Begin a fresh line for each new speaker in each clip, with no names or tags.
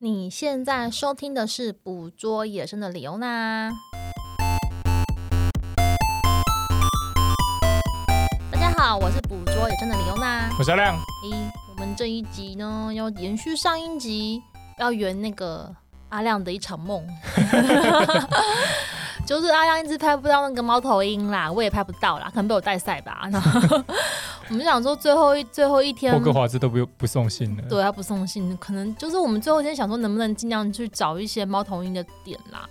你现在收听的是《捕捉野生的李欧娜》。大家好，我是捕捉野生的李欧娜。
我是阿亮，
咦，我们这一集呢，要延续上一集，要圆那个阿亮的一场梦，就是阿亮一直拍不到那个猫头鹰啦，我也拍不到啦，可能被我带赛吧。然后 我们想说最后一最后一天
霍，格华兹都不不送信了。
对他不送信，可能就是我们最后一天想说能不能尽量去找一些猫头鹰的点啦。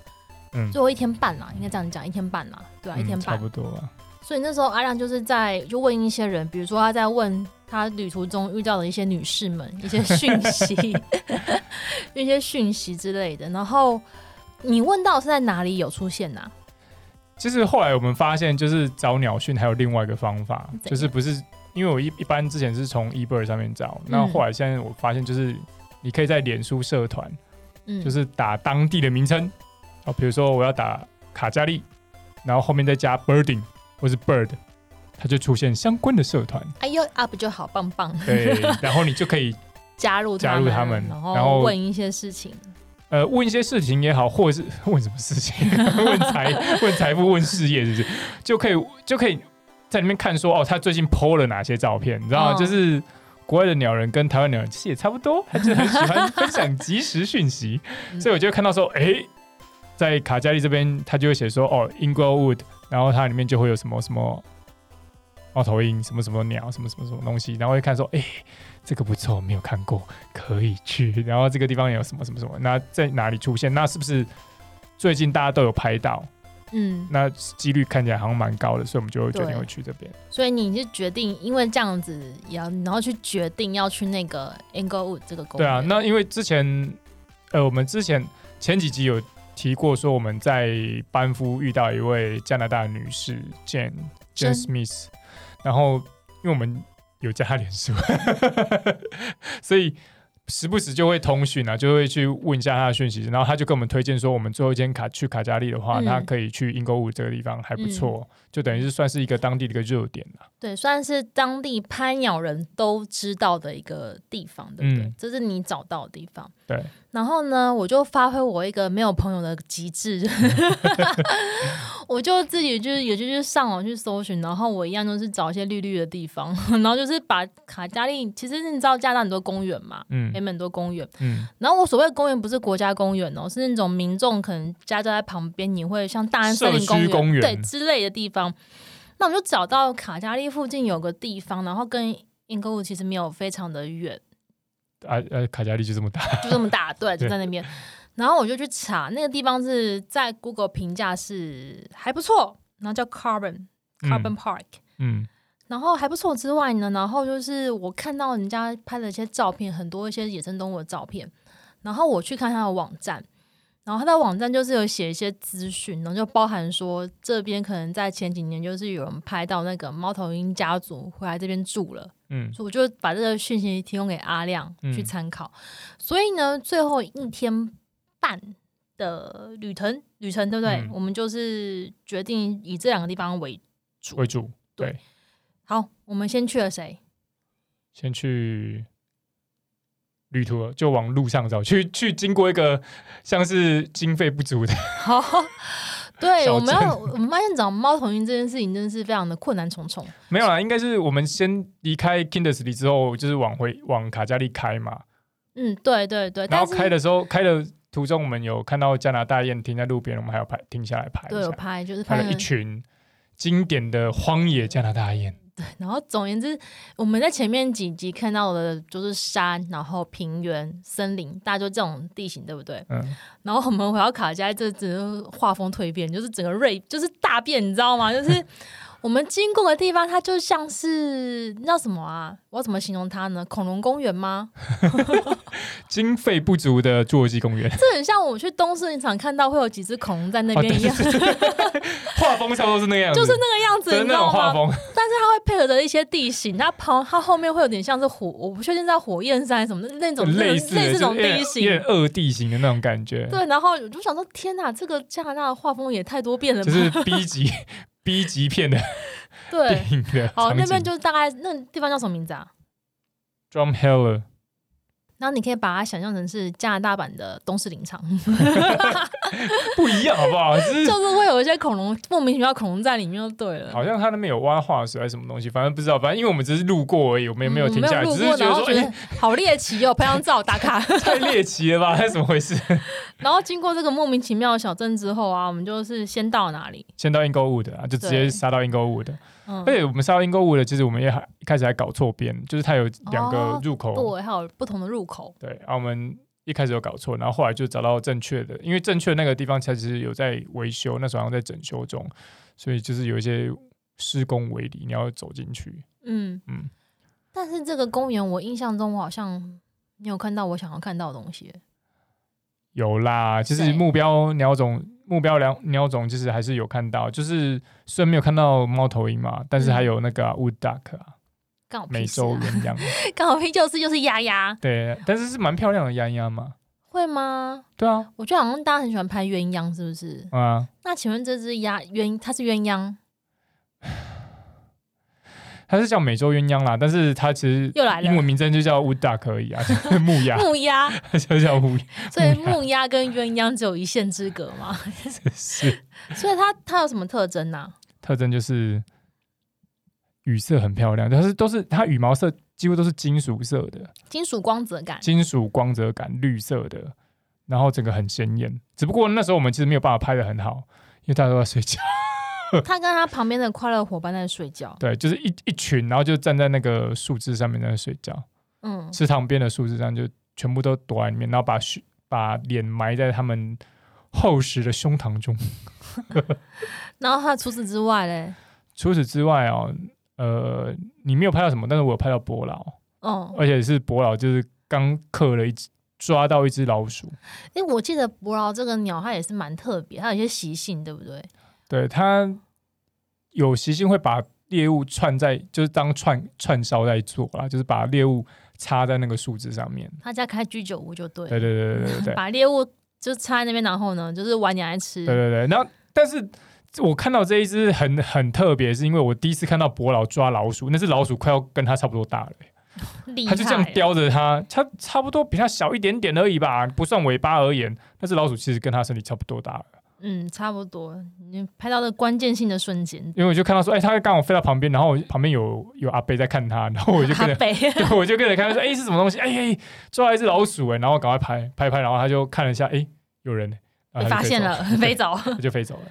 嗯
最后一天半啦，应该这样讲，一天半啦，对啊，一天
嗯、差
半。
不多啊。
所以那时候阿亮就是在就问一些人，比如说他在问他旅途中遇到的一些女士们一些讯 息，一些讯息之类的。然后你问到是在哪里有出现呐、啊
其实后来我们发现，就是找鸟讯还有另外一个方法
嗯怎，样
就是不是因为我一一般之前是从 eBird 上面找，
嗯
那、后来现在我发现就是你可以在脸书社团，
嗯，
就是打当地的名称，哦，比如说我要打卡加利，然后后面再加 birding 或是 bird，它就出现相关的 社团，
哎呦 up 就好，棒棒，
对，然后你就可以
加入
加入他们
然
然
后
后
问一些事情。
呃，问一些事情也好，或者是问什么事情， 问财、问财富、问事业，是不是就可以就可以在里面看说哦，他最近 PO 了哪些照片，你知道吗？
哦
就是国外的鸟人跟台湾鸟人其实也差不多，他就很喜欢分享即时讯息，
嗯
所以我就会看到说，哎、在卡加利这边，他就会写说哦，Inglewood，然后它里面就会有什么什么猫头鹰、什么什么鸟、什么什么什么东西，然后会看说，哎、这个不错，没有看过，可以去。 然后这个地方有什么什么什么，那在哪里出现？那是不是最近大家都有拍到？
嗯，
那几率看起来好像蛮高的，所以我们就会决定会去这边。
所以你是决定因为这样子也要，然后去决定要去那个 Englewood 这个公
对啊，
园。
那因为之前呃，我们之前前几集有提过，说我们在班夫遇到一位加拿大女士 Jane Jane
真
Smith，然后因为我们有加她脸书， 所以时不时就会通讯啊，就会去问一下她的讯息，然后她就跟我们推荐说，我们最后一天卡去卡加利的话，
嗯
她可以去英国舞这个地方还不错，就等于是算是一个当地的一个热点啊啦、
对，算是当地攀鸟人都知道的一个地方，对不对？
嗯
这是你找到的地方。
对。
然后呢，我就发挥我一个没有朋友的极致， 我就自己就是也就是上网去搜寻，然后我一样就是找一些绿绿的地方， 然后就是把卡加利，其实你知道加拿大很多公园嘛，
嗯
北美很多公园，
嗯，
然后我所谓的公园不是国家公园哦，是那种民众可能家就在旁边，你会像大安森林公
社
园
区公园
对之类的地方。那我们就找到卡加利附近有个地方，然后跟英格伍其实没有非常的远，
啊呃，卡加利就这么大，
就这么大，对，就
对
在那边。然后我就去查那个地方是在 Google 评价是还不错，然后叫 Carbon
嗯
Carbon Park，、
嗯
然后还不错之外呢，然后就是我看到人家拍的一些照片，很多一些野生动物的照片，然后我去看他的网站，然后他的网站就是有写一些资讯，然后就包含说这边可能在前几年就是有人拍到那个猫头鹰家族回来这边住了，
嗯
所以我就把这个讯息提供给阿亮
嗯
去参考，所以呢，最后一天半的旅程，旅程对不对？
嗯
我们就是决定以这两个地方为
为主，对。
好，我们先去了谁？
先去旅途了，就往路上走，去去经过一个像是经费不足的，
好，对，
小
我们
镇
要我们发现找猫头鹰这件事情真的是非常的困难重重。
没有啦，应该是我们先离开 Kindersley 之后，就是往回往卡加利开嘛，
嗯，对对对，
然
但
后
是
开的时候，开的途中我们有看到加拿大雁停在路边，我们还有拍停下来拍
对
一
有
下，
拍就是
拍
拍
了一
了，
群经典的荒野加拿大雁，
然后总而言之，我们在前面几集看到的就是山，然后平原、森林，大家就这种地形，对不对？
嗯，
然后我们回到卡加，这整个画风蜕变，就是整个锐就是大变，你知道吗？就是 我们经过的地方，它就像是那叫什么啊？我要怎么形容它呢？恐龙公园吗？
经费不足的侏罗纪公园，
这很像我去东市林场看到会有几只恐龙在
哦
那边一样。
画风差不多是那个样子，
就是那个样子，
就是
你知
那种
道
画
吗？
风，
但是它会配合着一些地形，它旁它后面会有点像是火，我不确定是在火焰山还是什么的那种
类
似
似
类
的
似这种
就是哎有
地
点有
形
点。恶地形的那种感觉，
对，然后我就想说，天哪，这个加拿大的画风也太多变了吧？
就是 B 级 B 级片的
对
电，影的
好，
场
那边
景
就是大概那地方叫什么名字啊？
Drum Heller
然后你可以把它想象成是加拿大版的东市林场，
不一样好不好？就是
就是会有一些恐龙莫名其妙恐龙在里面就对了。
好像他那边有挖化石还是什么东西，反正不知道，反正因为我们只是路过而已，我们也
嗯
没有停下来，
没有
只
路
是
过，
觉
然
得
后
说，
觉
哎、
得好猎奇哦，拍张照打 卡。
太猎奇了吧？ 那怎么回事？
然后经过这个莫名其妙的小镇之后啊，我们就是先到哪里？
先到 Inglewood 啊，就直接
对
杀到 Inglewood。
嗯，
而且我们杀到 Inglewood，其实我们也还一开始还搞错边，就是它有两个
哦
入口，
对，还有不同的入口。
对，然、后我们一开始有搞错，然后后来就找到正确的，因为正确的那个地方其实有在维修，那时候好像在整修中，所以就是有一些施工围篱，你要走进去。
嗯
嗯
嗯。但是这个公园，我印象中我好像没有看到我想要看到的东西。
有啦，其实
对
目标鸟种目标鸟鸟种其实还是有看到，就是虽然没有看到猫头鹰嘛，但是
嗯
还有那个、啊 wood duck 啊，
刚好
美
屁事
洲
啊，
鸳鸯，
刚好屁就是就是鸭鸭，
对，但是是蛮漂亮的丫丫嘛，
会吗？
对啊，
我觉得好像大家很喜欢拍鸳鸯，是不是？
啊，
那请问这只鸭鸳它是鸳鸯，
它是叫美洲鸳鸯啦，但是它其实
又来了
英文名称就叫 wood duck 而 已啊， 就是木鸭，
木 鸭，
就叫木
所以木鸭跟鸳鸯只有一线之隔嘛？
是。
所以它它有什么特征啊呢、
特征就是羽色很漂亮，但是都是它羽毛色几乎都是金属色的，
金属光泽感，
金属光泽感绿色的，然后整个很鲜艳。只不过那时候我们其实没有办法拍的很好，因为大家都在睡觉。
它跟它旁边的快乐伙伴在睡觉。
对，就是一一群，然后就站在那个树枝上面在那睡觉，
嗯，
池塘边的树枝上就全部都躲在里面，然后把胸把脸埋在他们厚实的胸膛中。
然后它除此之外嘞，
除此之外哦，呃，你没有拍到什么，但是我有拍到伯劳。
哦，
而且是伯劳，就是刚克了一只，抓到一只老鼠。
因为我记得伯劳这个鸟它也是蛮特别，它有一些习性，对不对？
对，它有习性会把猎物串在，就是当串串烧在做啦，就是把猎物插在那个树枝上面。
它家开居酒屋就对，
对对对对对对
把猎物就插在那边，然后呢，就是晚点来吃。
对对对。然后，但是我看到这一只很很特别，是因为我第一次看到伯劳抓老鼠，那只老鼠快要跟它差不多大了、欸
厉害欸了，
它就这样叼着它，它差不多比它小一点点而已吧，不算尾巴而言，那只老鼠其实跟它身体差不多大了。
嗯，差不多，你拍到的关键性的瞬间，
因为我就看到说，哎、它刚好飞到旁边，然后我旁边有有阿贝在看它，然后 我就
阿
跟 着，
北
对啊我就跟着看，说，哎、是什么东西？哎、哎抓了一只老鼠、哎，然后赶快拍拍拍，然后他就看了一下，哎、有人、
被
然后它
发
就
现了， 飞走。
飞走了，它就飞走了。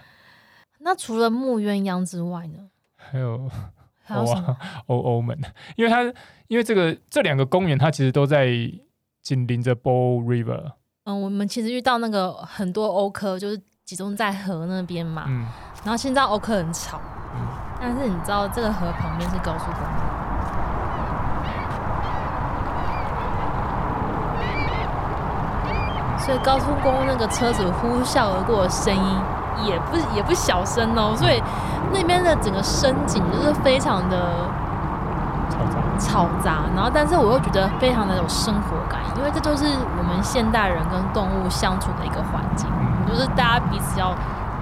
那除了木鸳鸯之外呢，
还有
还有什么？
欧欧们，因为它因为这个这两个公园，它其实都在紧邻着 Bow River，
嗯，我们其实遇到那个很多欧科，就是集中在河那边嘛。
嗯，
然后现在欧科很吵，
嗯
但是你知道这个河旁边是高速公路，所以高速公路那个车子呼啸而过的声音也不也不小声哦，所以那边的整个声景就是非常的
超赞，
嘈杂，然后但是我又觉得非常的有生活感，因为这就是我们现代人跟动物相处的一个环境，
嗯，
就是大家彼此要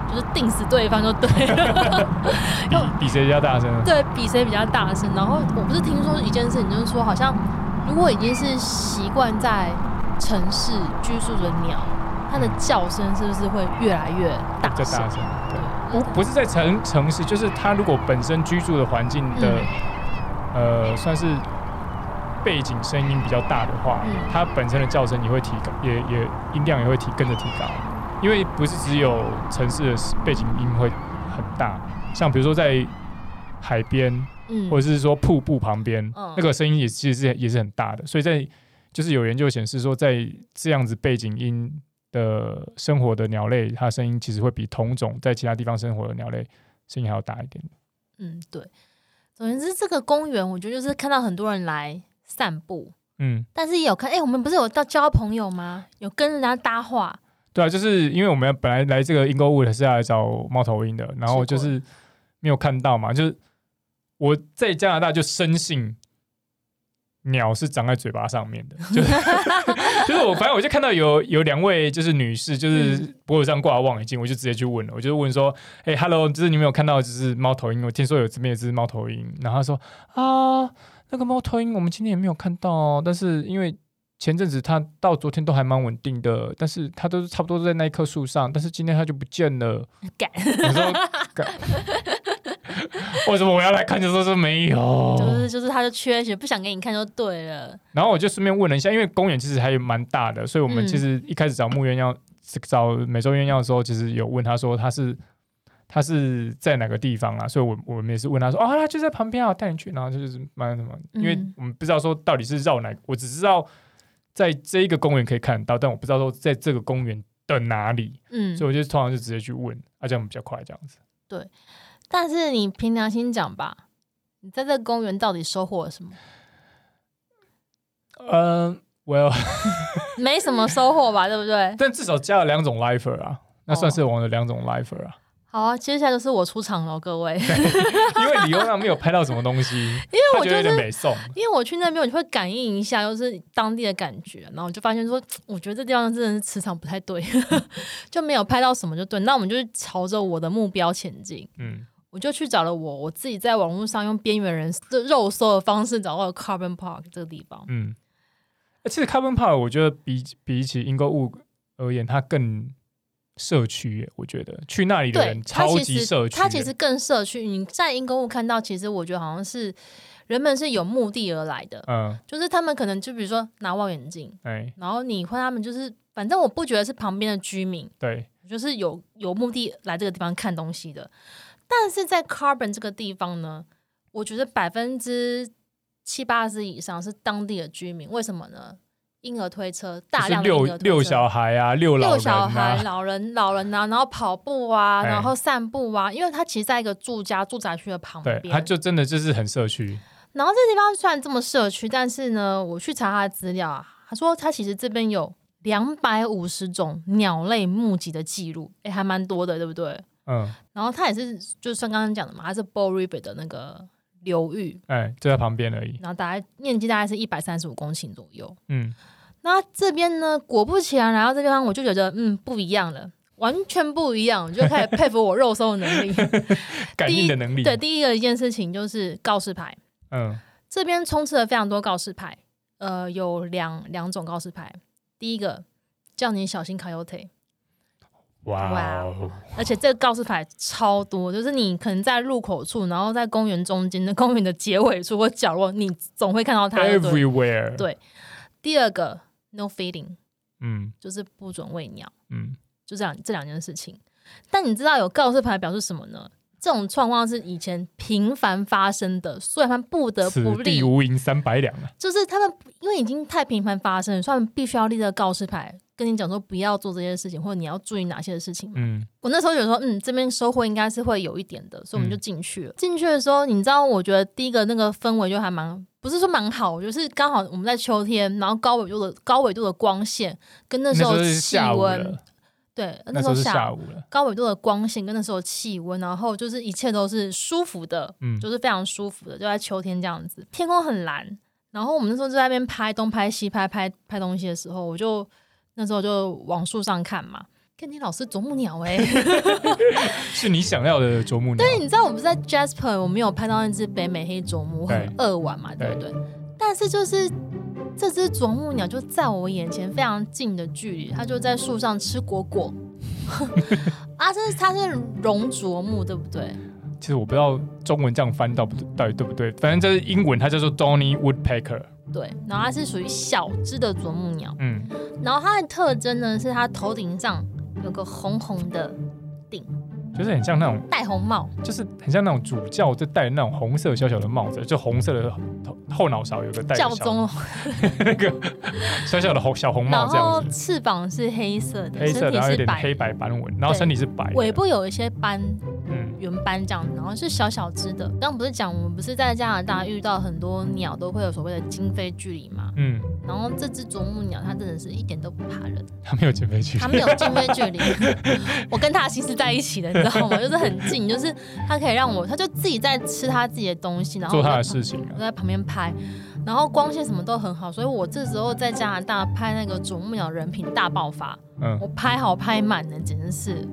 就是定死对方就对了，
比比谁家大声啊，
对比谁比较大声。然后我不是听说一件事情，就是说好像如果已经是习惯在城市居住的鸟，它的叫声是不是会越来越大
比较
声
大？声，对。
对
不不是在城城市，就是他如果本身居住的环境的、呃，算是背景声音比较大的话，
嗯
它本身的叫声也会提高，也也音量也会提跟着提高，因为不是只有城市的背景音会很大，像比如说在海边
嗯
或者是说瀑布旁边，
嗯
那个声音也其实是也是很大的，所以在就是有研究显示说，在这样子背景音的生活的鸟类，它声音其实会比同种在其他地方生活的鸟类声音还要大一点。
嗯，对。总而言之，这个公园我觉得就是看到很多人来散步，
嗯，
但是也有看，哎、我们不是有到交朋友吗？有跟人家搭 话，
对啊，就是因为我们本来来这个 Inglewood 是要来找猫头鹰的，然后就
结
是没有看到嘛，就是我在加拿大就深信。鸟是长在嘴巴上面的， 就是就是我，反正我就看到有有两位就是女士，就是
嗯
脖子上挂望远镜，我就直接去问了，我就问说，哎、h e l l o 就是你们有看到就是猫头鹰？我听说有这边有只猫头鹰，然后他说啊，那个猫头鹰我们今天也没有看到哦，但是因为前阵子它到昨天都还蛮稳定的，但是它都是差不多在那一棵树上，但是今天它就不见了。
干
我说，干 为什么我要来看就说是没有？
就是就是他就缺血，不想给你看就对了。
然后我就顺便问了一下，因为公园其实还蛮大的，所以我们
嗯
其实一开始找墓园要找美洲鸳鸯的时候，其实有问他说他是他是在哪个地方啊？所以我我们也是问他说哦，他就在旁边啊，我带你去。然后就是蛮什么，因为
嗯
我们不知道说到底是绕哪，我只知道在这一个公园可以看到，但我不知道说在这个公园的哪里，
嗯
所以，我就通常就直接去问，啊，这样比较快，这样子。
但是你凭良心讲吧，你在这个公园到底收获了什么？哦
嗯，我要，
没什么收获吧，对不对？
但至少加了两种 lifer 啊，那算
哦
是我的两种 lifer 啊。
好啊，接下来就是我出场了，各位。
因为李欧娜没有拍到什么东 西，因
为我
觉得有
就
点
是
美送。
因为我去那边，我就会感应一下，就是当地的感觉，然后我就发现说，我觉得这地方真的是磁场不太对， 就没有拍到什么就对。那我们就是朝着我的目标前进，
嗯，
我就去找了我我自己在网络上用边缘人的肉搜的方式找到了 Carbon Park 这个地方。
嗯，呃其实 Carbon Park 我觉得比比起 i n g l e w o o d 而言，它更社区耶。我觉得去那里的
对
人，
它
超
其
级
实
社区耶。
它其实更社区。你在英公屋看到，其实我觉得好像是人们是有目的而来的，
嗯，
就是他们可能就比如说拿望远镜，
哎，
然后你或他们就是，反正我不觉得是旁边的居民，
对，
就是有有目的来这个地方看东西的。但是在 Carbon 这个地方呢，我觉得百分之七八十以上是当地的居民，为什么呢？婴儿推车，大
就是
量的
六
婴儿推
六
车
小孩啊，六老
遛
人
小孩、
啊，
老人、老人啊，然后跑步啊，
哎
然后散步啊，因为它其实在一个住家住宅区的旁
对
边，。
它就真的就是很社区。
然后这地方虽然这么社区，但是呢，我去查它的资料啊，他说它其实这边有两百五十种鸟类目击的记录，哎，还蛮多的，对不对？
嗯，
然后它也是，就像刚刚讲的嘛，它是 Bow River 的那个流域，
哎，就在旁边而已。
然后大概面积大概是一百三十五公顷左右。
嗯，
那这边呢，果不其然，来到这地方，我就觉得嗯不一样了，完全不一样，我就开始佩服我肉搜的能力。
感
第一
应的能力。
对，第一个一件事情就是告示牌，
嗯，
这边充斥了非常多告示牌，呃，有两两种告示牌，第一个叫你小心 coyote，
哇哦，
而且这个告示牌超多，就是你可能在路口处，然后在公园中间的 公园的结尾处或角落，你总会看到它就对了。
，everywhere。
对第二个 no feeding，
嗯
就是不准喂鸟。
嗯，
就这样这两件事情。但你知道有告示牌表示什么呢？这种状况是以前频繁发生的，所以他们不得
此
不立
地，无银三百两啊。
就是他们因为已经太频繁发生了，所以他们必须要立这个告示牌，跟你讲说不要做这些事情，或者你要注意哪些事情。
嗯，
我那时候觉得说，嗯，这边收获应该是会有一点的，所以我们就
嗯
进去了。进、去的时候，你知道，我觉得第一个那个氛围就还蛮，不是说蛮好，就是刚好我们在秋天，然后高纬度的高纬度的光线跟那
那
时候
是
气
下午
温
了，，
对，那
那
时
时
候
候是
下
下午了。
高纬度的光线跟那时候气温，然后就是一切都是舒服的，
嗯
就是非常舒服的，就在秋天这样子，天空很蓝。然后我们那时候就在那边拍东拍西拍拍拍东西的时候，我就那时候就往树上看嘛，跟你老师啄木鸟哎、欸，
是你想要的啄木鸟。
你知道我们在 Jasper 我们有拍到那只北美黑啄木，我很扼腕嘛，对不对？但是就是这只啄木鸟就在我眼前非常近的距离，它就在树上吃果果。 啊，这是它是熔啄木，对不对？
其实我不知道中文这样翻到不到底对不对，反正这是英文，它叫做 Donny Woodpecker。
对，然后它是属于小只的啄木鸟，
嗯，
然后它的特征呢是它头顶上有个红红的
就是很像那种，
戴红帽，
就是很像那种主教就戴那种红色小小的帽子，就红色的头后脑勺有个戴
教
个小
宗，
那个小小的红小红帽
然
这样
后
子，
翅膀是黑色的，
黑
身
色的，
体
然后有
是
点
白
黑
的，
白斑纹，然后身体是白的，
尾部有一些斑
嗯
圆斑这样，然后是小小只的。刚刚不是讲我们不是在加拿大遇到很多鸟都会有所谓的惊飞距离嘛？
嗯，
然后这只啄木鸟它真的是一点都不怕 人，
它没有减肥区
它，没有近边距离， 我跟它其实在一起的，你知道吗？就是很近，就是它可以让我，它就自己在吃它自己的东西，然后
做
我
它
在
的
旁
事情
我
啊，
在旁边拍，然后光线什么都很好，所以我这时候在加拿大拍那个啄木鸟人品大爆发，
嗯
我，拍好拍满的，简直是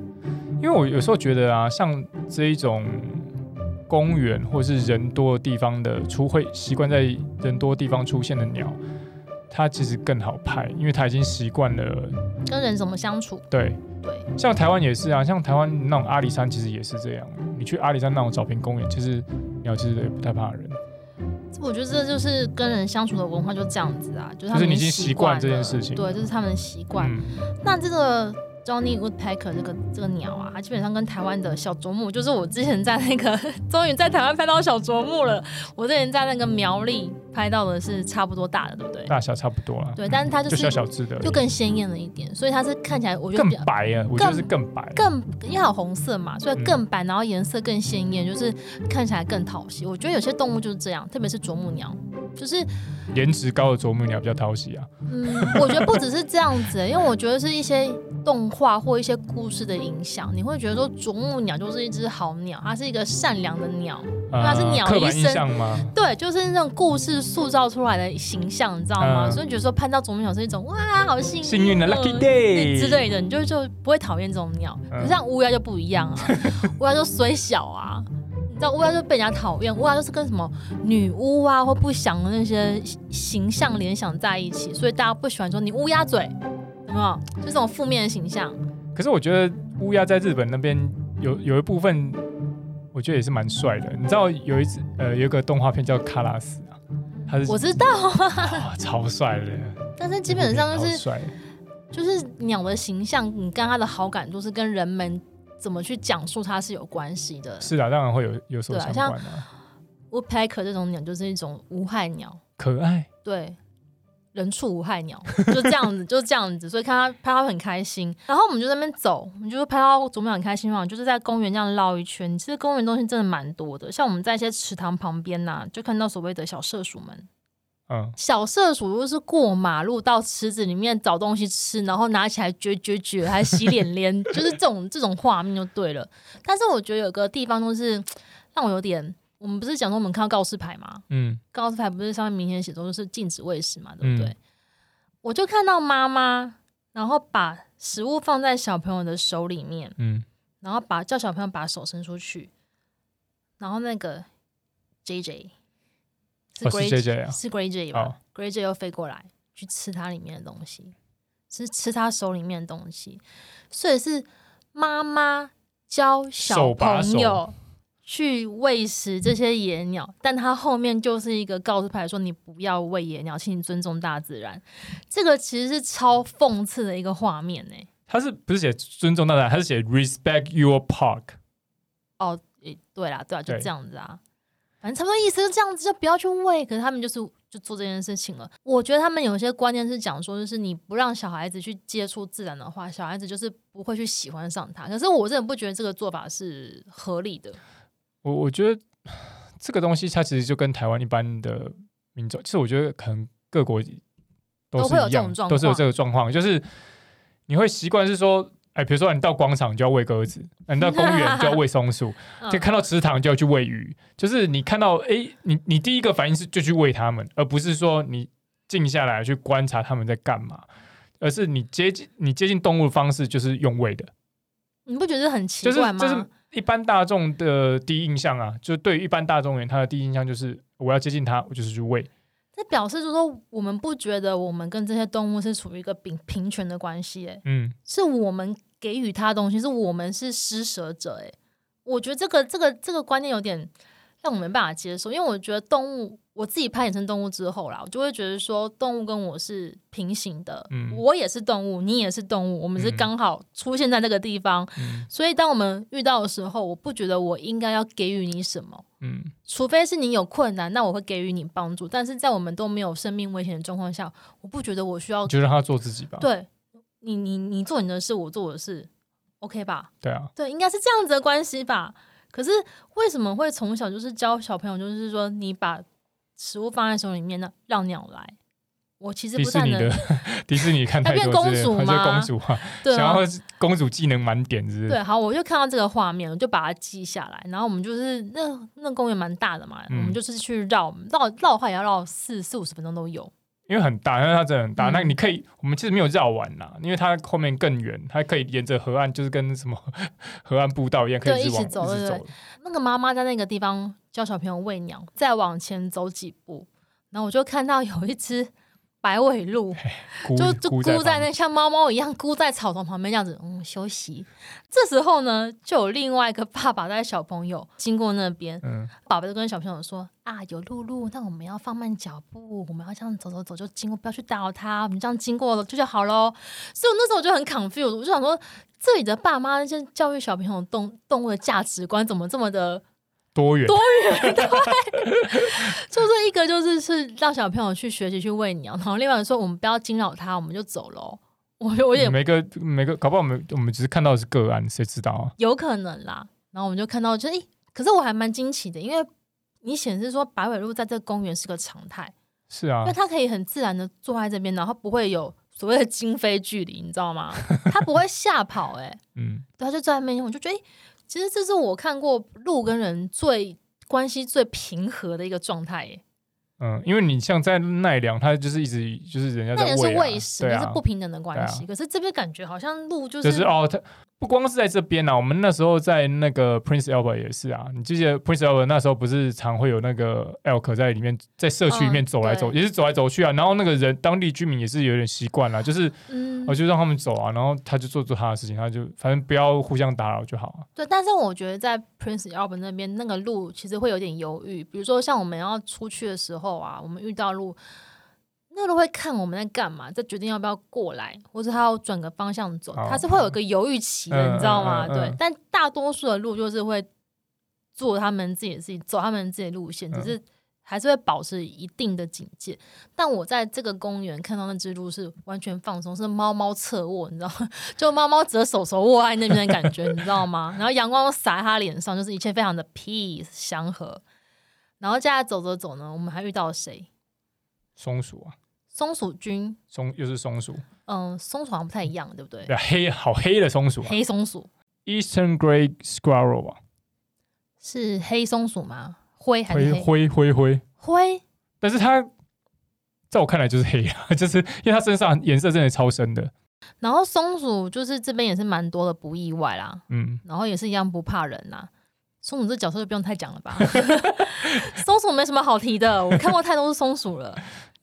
因为我有时候觉得啊，像这一种公园或是人多的地方的出会习惯在人多地方出现的鸟，它其实更好拍，因为它已经习惯了。
跟人怎么相处？
对，
对，
像台湾也是啊，像台湾那种阿里山其实也是这样。你去阿里山那种草坪公园，其实鸟其实也不太怕人，
我觉得这就是跟人相处的文化就这样子啊，就是他
就是
们
你已经习惯
了
这件事情
对，这、是他们的习惯。
嗯，
那这个 Johnny Woodpecker 这个这个鸟啊，它基本上跟台湾的小啄木，就是我之前在那个终于在台湾拍到小啄木了，我之前在那个苗栗拍到的是差不多大的，对不对？
大小差不多啦。嗯
对，但是它就
就是小小只的而已，
就更鲜艳了一点，所以它是看起来我觉得
更
比较
白啊，我觉得是更白。
更因为它有红色嘛，所以
嗯
更白，然后颜色更鲜艳，就是看起来更讨喜。我觉得有些动物就是这样，特别是啄木鸟，就是
颜值高的啄木鸟比较讨喜啊。
嗯， 我觉得不只是这样子、因为我觉得是一些动画或一些故事的影响，你会觉得说啄木鸟就是一只好鸟，它是一个善良的鸟，它是鸟
啊刻板
医
印
生嗯
象吗？
对，就是那种故事塑造出来的形象，你知道吗？
嗯
所以觉得说拍到啄木鸟是一种哇，好幸运哦、
幸运的 lucky
对
day
之类的，你就就不会讨厌这种鸟。
嗯
可是像乌鸦就不一样啊，乌鸦就虽小啊。你知道乌鸦就被人家讨厌，乌鸦就是跟什么女巫啊或不祥的那些形象联想在一起，所以大家不喜欢说你乌鸦嘴，有没有？就这种负面的形象。
可是我觉得乌鸦在日本那边有有一部分，我觉得也是蛮帅的。你知道有一只呃有一个动画片叫《卡拉斯》啊，它是
我知道，
哇超帅的，
但是基本上就
超
是
帅。
就是鸟的形象，你跟它的好感度是跟人们怎么去讲述它是有关系的。
是啊，当然会有有所
对啊
相
像
关啊，
Woodpecker 这种鸟就是一种无害鸟，
可爱。
对，人畜无害鸟，就这样子，就这样子，所以看他拍他很开心。然后我们就在那边走，我们就是拍到啄木鸟很开心嘛，就是在公园这样绕一圈。其实公园东西真的蛮多的，像我们在一些池塘旁边呐、就看到所谓的小社鼠们。
嗯，
小社鼠就是过马路到池子里面找东西吃，然后拿起来撅撅撅，还洗脸脸，就是这种这种画面就对了。但是我觉得有个地方就是让我有点，我们不是讲说我们看到告示牌吗？
嗯，
告示牌不是上面明显写说就是禁止喂食嘛，对不对？
嗯
我就看到妈妈，然后把食物放在小朋友的手里面，
嗯，
然后把叫小朋友把手伸出去，然后那个 J J 是
哦是
Grey
J J 啊，
是 Grey J 吧、
哦
g r e y J 又飞过来去吃它里面的东西，是吃它手里面的东西，所以是妈妈教小
手把
朋
手
友去喂食这些野鸟，但它后面就是一个告示牌说你不要喂野鸟，请你尊重大自然。这个其实是超讽刺的一个画面欸呢、
他是不是写尊重大家？他是写 respect your park。
哦，诶对啦，对啊，就
对
这样子啊，反正差不多意思就这样子，就不要去喂。可是他们就是就做这件事情了。我觉得他们有些观念是讲说，就是你不让小孩子去接触自然的话，小孩子就是不会去喜欢上它。可是我真的不觉得这个做法是合理的。
我我觉得这个东西它其实就跟台湾一般的民众，其实我觉得可能各国都
都
是
会有
一
这
样
种，状
都是有
况
这个状况，就是你会习惯是说。哎，比如说你到广场就要喂鸽子，啊你到公园就要喂 松鼠，
嗯
就看到池塘就要去喂鱼。就是你看到，哎，你你第一个反应是就去喂它们，而不是说你静下来去观察它们在干嘛，而是你接近你接近动物的方式就是用喂的。
嗯你不觉得很奇
就是
怪吗？
就是一般大众的第一印象啊，就对于一般大众而言，他的第一印象就是我要接近他，我就是去喂。
这表示就是说，我们不觉得我们跟这些动物是处于一个平平权的关系、欸，
嗯，
是我们给予他的东西，是我们是施舍者。哎，我觉得这个这个这个观念有点让我没办法接受，因为我觉得动物，我自己拍野生动物之后啦，我就会觉得说，动物跟我是平行的，
嗯
我也是动物，你也是动物，我们是
嗯
刚好出现在这个地方，
嗯
所以当我们遇到的时候，我不觉得我应该要给予你什么。
嗯，
除非是你有困难，那我会给予你帮助。但是在我们都没有生命危险的状况下，我不觉得我需要
就让他做自己吧。
对你，你你做你的事，我做我的事，OK 吧？
对啊，
对，应该是这样子的关系吧。可是为什么会从小就是教小朋友，就是说你把食物放在手里面，那让鸟来？我其实
迪
不
士
太
尼
能
的 迪士尼看太多
还变
之类
公主
的，
吗
还是公主啊，
对
想
啊
要公主技能满点之类的。
对，啊好，我就看到这个画面，我就把它记下来。然后我们就是那那公园蛮大的嘛，
嗯
我们就是去绕绕绕，话也要绕四四五十分钟都有。
因为很大，因为它真的很大。
嗯
那你可以，我们其实没有绕完啦，因为它后面更远，它可以沿着河岸，就是跟什么 河岸步道一样，可
对
以一直
一
往
起走
一直
对对
走。
那个妈妈在那个地方教小朋友喂鸟，再往前走几步，然后我就看到有一只白尾鹿，
孤
就就
孤
箍在
在
那像猫猫一样箍在草丛旁边这样子，嗯，休息。这时候呢，就有另外一个爸爸带小朋友经过那边，
嗯，
爸爸就跟小朋友说：“啊，有露露，那我们要放慢脚步，我们要这样走走走就经过，不要去打扰他，我们这样经过了就就好喽。”所以我那时候就很 confused，我就想说，这里的爸妈那些教育小朋友的动动物的价值观怎么这么的，
多远？
就是一个就是是让小朋友去学习去喂鸟，然后另外一个说我们不要惊扰他，我们就走喽。 我我也
每个每个，搞不好我们我们只是看到的是个案，谁知道啊？
有可能啦。然后我们就看到，就是诶、可是我还蛮惊奇的，因为你显示说白尾鹿在这个公园是个常态。
是啊
因为，它可以很自然的坐在这边，然后不会有所谓的惊飞距离，你知道吗？它不会吓跑、欸，哎，
嗯，
它就坐在那边，我就觉得，诶其实这是我看过鹿跟人最关系最平和的一个状态、欸，
嗯，因为你像在奈良，它就是一直就是人家
那
在
也是
喂
喂
啊
食，
对
那
啊
是，不平等的关系。
对
可是这边感觉好像鹿就是，
就是哦，它不光是在这边啊，我们那时候在那个 Prince Albert 也是啊，你记得 Prince Albert 那时候不是常会有那个 elk 在里面，在社区里面
嗯
走来走，
对
也是走来走去啊，然后那个人当地居民也是有点习惯 了，就是
嗯
我、，就让他们走啊，然后他就做做他的事情，他就反正不要互相打扰就好啊。
对。但是我觉得在 Prince Albert 那边，那个鹿其实会有点犹豫，比如说像我们要出去的时候啊，我们遇到鹿。那都会看我们在干嘛，再决定要不要过来，或者它要转个方向走，
哦
它是会有一个犹豫期的，
嗯
你知道吗？
嗯嗯嗯
对
嗯。
但大多数的路就是会做他们自己的事情，走他们自己的路线，只
嗯
是还是会保持一定的警戒。但我在这个公园看到那只鹿是完全放松，是猫猫侧卧，你知道吗， 就猫猫折手手握在那边的感觉，你知道 吗？然后阳光洒在它脸上，就是一切非常的 peace 祥和。然后接下来走走走呢，我们还遇到谁？
松鼠啊，
松鼠君，
松又是松鼠，
嗯，松鼠好像不太一样，对不对？
对啊，黑好黑的松鼠啊
黑松鼠
，Eastern Grey Squirrel 啊，
是黑松鼠吗？灰还
灰
是黑？
灰灰灰，
灰
但是它在我看来就是黑啊， 就是因为它身上颜色真的超深的，
然后松鼠就是这边也是蛮多的，不意外啦。
嗯，
然后也是一样不怕人呐、松鼠这角色就不用太讲了 吧，松鼠没什么好提的，我看过太多是松鼠了。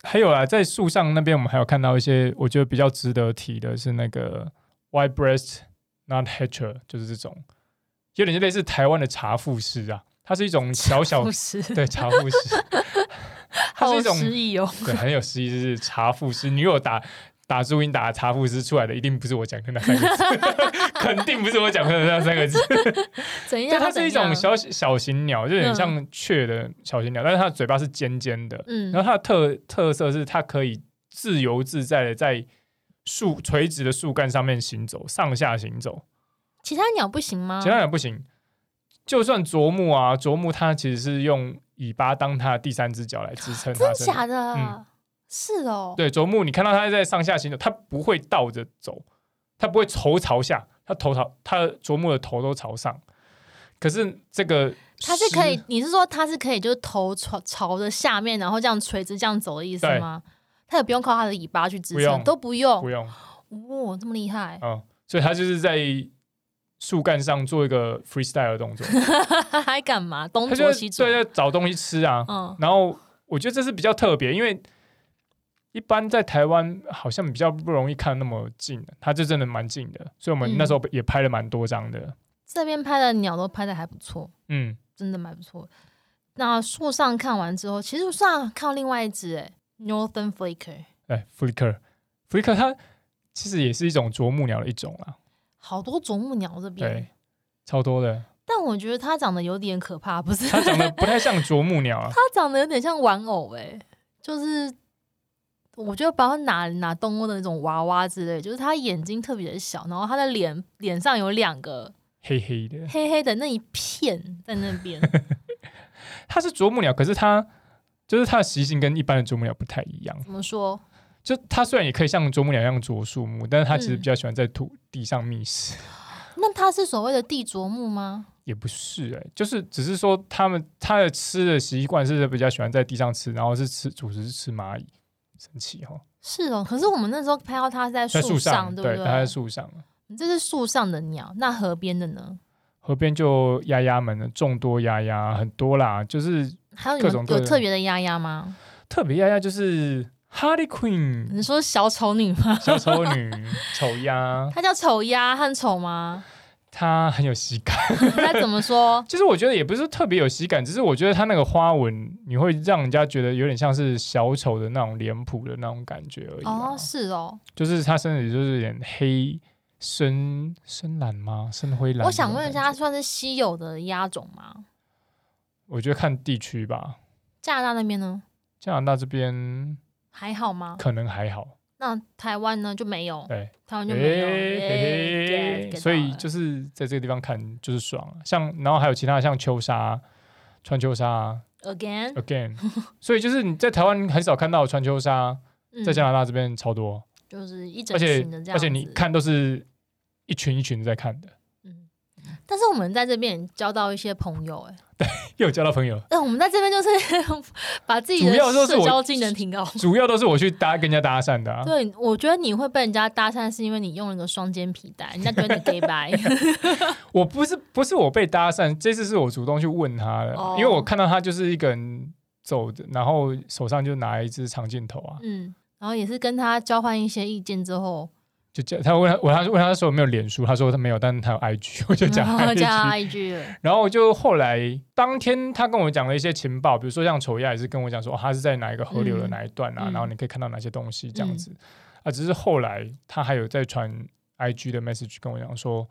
还有啊，在树上那边我们还有看到一些我觉得比较值得提的是那个 White Breast Nut Hatcher，就是这种有点就类似台湾的茶富士啊，它是一种小小
不是，
哦对茶富士。它
好
是一种
失忆哦。
对，很有诗意，就是查富斯。你如果打打注音打查富斯出来的，一定不是我讲的那三个字， 肯定不是我讲的那三个字。
怎
就
样？
它是一
怎样
种小小型鸟，就有点像雀的小型鸟，但是它的嘴巴是尖尖的。
嗯
然后它的特特色是它可以自由自在的在树垂直的树干上面行走，上下行走。
其他鸟不行吗
其？他人不行。就算啄木啊，啄木它其实是用尾巴当它的第三只脚来支撑它
啊真
身体。
假的？
嗯
是哦，
对，啄木，你看到它在上下行走，它不会倒着走，它不会头朝下，它头朝它的啄木的头都朝上。可是这个
它是可以
狮，，
你是说它是可以就是头朝朝着下面，然后这样垂直这样走的意思
对
吗？它也不用靠它的尾巴去支
不
撑，
用
都不用。
不用
哇，这么厉害！
嗯，所以它就是在树干上做一个 freestyle 的动作，
还干嘛？东
它
啄
就
西
是
啄
对，在找东西吃啊。
嗯，
然后我觉得这是比较特别，因为一般在台湾好像比较不容易看那么近的，它就真的蛮近的，所以我们那时
嗯
候也拍了蛮多张的。
这边拍的鸟都拍的还不错。
嗯，
真的蛮不错。那树上看完之后，其实树上看到另外一只哎，Northern Flicker，
哎，flicker，flicker 它其实也是一种啄木鸟的一种啦，
好多啄木鸟这
对
边，，欸
超多的。
但我觉得它长得有点可怕，不是？
它长得不太像啄木鸟 啊，
它长得有点像玩偶哎，就是我觉得把它拿拿动物的那种娃娃之类，就是它眼睛特别的小，然后它的脸脸上有两个
黑黑的。
黑黑的那一片在那 边，
它是啄木鸟，可是它就是它的习性跟一般的啄木鸟不太一样。
怎么说？
就它虽然也可以像啄木鸟一样啄树木，但是它其实
嗯
比较喜欢在土地上觅食。
那它是所谓的地啄木吗？
也不是哎、就是只是说它们它的吃的习惯是比较喜欢在地上吃，然后是吃主食是吃蚂蚁，神奇哦，
是哦，可是我们那时候拍到它是在
在树
上，
对
不
它在树上。
你这是树上的鸟，那河边的呢？
河边就鸭鸭们的众多鸭鸭很多啦，就是
还有你
各种
们
各
有
种
特别的丫丫吗？
特别鸭鸭就是 Harley Quinn
你说小丑女吗？
小丑女丑鸭，
她叫丑鸭和丑吗？
她很有喜感。
她怎么 说？哦
就是我觉得也不是特别有喜感，只是我觉得她那个花纹，你会让人家觉得有点像是小丑的那种脸谱的那种感觉而已、啊。
哦，是哦，
就是她身体就是有点黑深深蓝吗？深灰蓝？
我想问一下，它，算是稀有的鸭种吗？
我觉得看地区吧，
加拿大那边呢，
加拿大这边
还好吗？
可能还好。
那台湾呢就没有，
对，
台湾就没有，耶
嘿
get-
嘿
get 到
所以
了
就是在这个地方看就是爽啊、像然后还有其他的像秋莎、穿秋 莎啊
again，
again，所以就是你在台湾很少看到穿秋莎，
嗯
在加拿大这边超多，
就是一整
而且
群的这样
而且你
子，
看都是一群一群在看的，
嗯，但是我们在这边也交到一些朋友、哎，
又有交到朋友，
但我们在这边就是 把自己的
主要就是
社
我
交技能提高。
主要都是我去搭跟人家搭讪的、啊。
对，我觉得你会被人家搭讪，是因为你用了个双肩皮带，人家觉得你 gay 白。
我不是不是我被搭讪，这次是我主动去问他的，
哦
因为我看到他就是一个人走的，然后手上就拿一支长镜头啊，
嗯，然后也是跟他交换一些意见之后，
就叫他问他问他问他说有没有脸书，他说他没有，但是他有 IG，我就讲
然后
IG。
加 IG 了。
然后就后来当天他跟我讲了一些情报，比如说像丑亚也是跟我讲说、哦他是在哪一个河流的
嗯
哪一段啊，
嗯
然后你可以看到哪些东西这样子、啊。只是后来他还有在传 IG 的 message 跟我讲说，